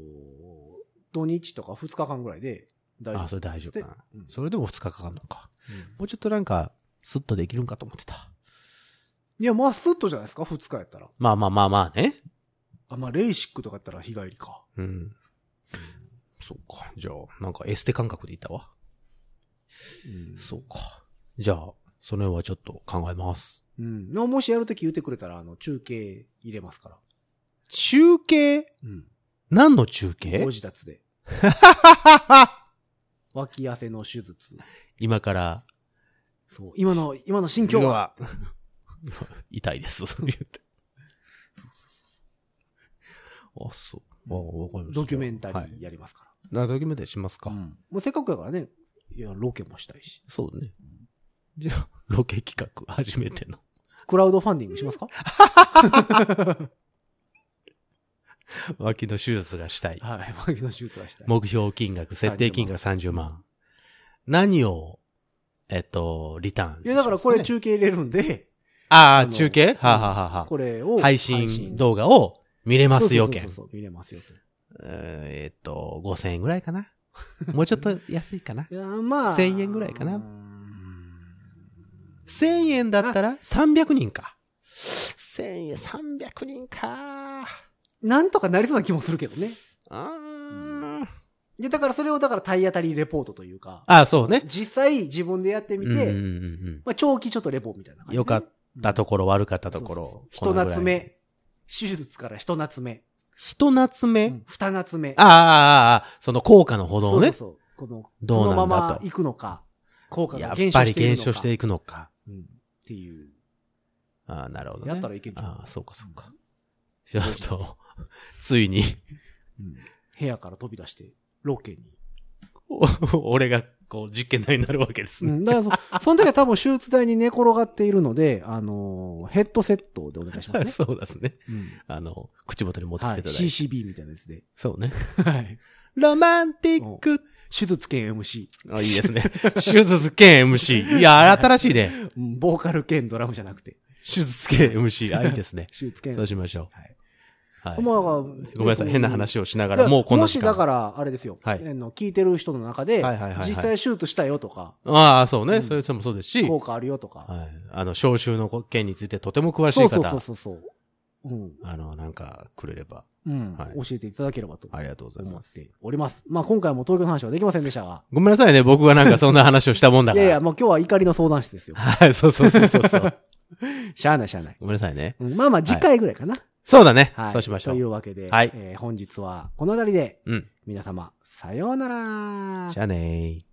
S2: 土日とか2日間ぐらいで大丈
S3: あ、
S2: 夫
S3: それ大丈夫かな。
S2: うん
S3: それでも2日かかるのか。
S2: うん
S3: もうちょっとなんか、スッとできるんかと思ってた。
S2: いや、まあ、スッとじゃないですか、2日やったら。
S3: まあまあまあまあね。
S2: あ、まあ、レーシックとかやったら日帰りか。
S3: うん。そうか。じゃあ、なんかエステ感覚でいたわ。そうか。じゃあ、その辺はちょっと考えます。
S2: うん。もしやるとき言ってくれたら、あの、中継入れますから。
S3: 中継
S2: うん。
S3: 何の中継
S2: ご自立で。脇汗の手術。
S3: 今から、
S2: そう。今の、今の心境は、
S3: 今日は 痛 いです。言ってあ、そう。あわかりました
S2: ドキュメンタリ
S3: はい
S2: ーやりますか
S3: あドキュメンタリーしますか。
S2: ら。うんもうせっかくだからね、いや、ロケもしたいし。
S3: そうね。じゃあ、ロケ企画、初めての。
S2: クラウドファンディングしますか
S3: 脇の手術がしたい。
S2: はい。 脇の手術はしたい。
S3: 目標金額、設定金額30万。何を、えっと、リターンします
S2: い
S3: かね、
S2: や、だからこれ中継入れるんで、
S3: あ
S2: あ
S3: あ、
S2: の
S3: 中継はあ、はあはあはあ
S2: これを
S3: 配信動画を見れますよ、
S2: そ
S3: 券
S2: う。そうそうそう見れますよと。。
S3: えーっと、5000円ぐらいかな。もうちょっと安いかな
S2: いや、まあ。
S3: 1000円ぐらいかな
S2: うーん
S3: 1000円だったら300人か。1000円、300人か。
S2: なんとかなりそうな気もするけどね。
S3: あー
S2: いや、だからそれをだから体当たりレポートというか、
S3: あ、そうね。
S2: 実際自分でやってみ
S3: うんうん
S2: て、
S3: うん
S2: まあ、長期ちょっとレポみたいな感じね。
S3: よかったところ、悪かったとこ
S2: そう
S3: ろ。
S2: そうそう。一夏
S3: このぐらい。
S2: 目。手術から一夏目。
S3: 一夏目、
S2: うん二夏目。
S3: ああ、ああ、ああ、その効果のほど
S2: そ
S3: を
S2: うそう
S3: ね。
S2: そう。この、
S3: どうなんだと
S2: そのまま行くのか、効果
S3: や
S2: が
S3: っ
S2: 減
S3: ぱ
S2: 少
S3: り
S2: しているの
S3: 減
S2: か。
S3: 少していくのか。
S2: うんっていう。
S3: ああ、なるほど、ね。
S2: やったらいけんじゃん
S3: ああ、そうかそうか。ちょっと、ついに、
S2: うん部屋から飛び出して、ロケに。
S3: お俺が、こう、実験台になるわけです
S2: う
S3: ね。
S2: ん、だからそ、その時は多分手術台に寝転がっているので、あのーヘッドセットでお願いしますね。
S3: そうですね。
S2: うん
S3: あの、口元に持ってき
S2: はい、
S3: ていただいて。
S2: CCB みたいなやつで。
S3: そうね。
S2: はい。
S3: ロマンティック。
S2: 手術兼 MC、
S3: あいいですね。手術兼 MC。いや、新しいね。
S2: うんボーカル兼ドラムじゃなくて、
S3: 手術兼 MC。あ、いいですね。
S2: 手術兼。
S3: そうしましょ
S2: はい。
S3: う。はい。
S2: まあ、
S3: ごめんなさい。変な話をしながら、もうこんな
S2: も
S3: 時
S2: し
S3: 間。
S2: だから、あれですよ。
S3: はい
S2: あの聞いてる人の中で、
S3: はいはいはいはい
S2: 実際手術したよとか、
S3: ああ、そう
S2: う
S3: ね。
S2: ん
S3: それともそうですし、
S2: 効
S3: はい。
S2: 果あるよとか。
S3: あの、消臭の件についてとても詳し
S2: そ
S3: いう
S2: そうそ
S3: 方
S2: う、そうそう。うん。
S3: あの、なんか、くれれば、
S2: うん、
S3: はい
S2: 教えていただければと
S3: ありがとうござい
S2: 思
S3: ま
S2: っ
S3: す。
S2: ております。まあ今回も東京の話はできませんでしたが。
S3: ごめんなさいね。僕がなんかそんな話をしたもんだ
S2: い
S3: から。
S2: やいや、もう今日は怒りの相談室ですよ。
S3: はい、そうそうそうそうそう。
S2: しゃあないしゃあない。
S3: ごめんなさいね。
S2: うんまあまあ次回ぐらいかな。
S3: そうだね。
S2: はい。
S3: そうしましょ
S2: という
S3: う。
S2: わけで、
S3: はい
S2: えー本日はこのあたりで、
S3: うん。
S2: 皆様、さようなら。
S3: じゃあねー。